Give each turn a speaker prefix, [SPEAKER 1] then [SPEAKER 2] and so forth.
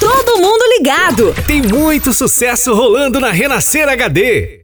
[SPEAKER 1] Todo mundo ligado.
[SPEAKER 2] Tem muito sucesso rolando na Renascer HD.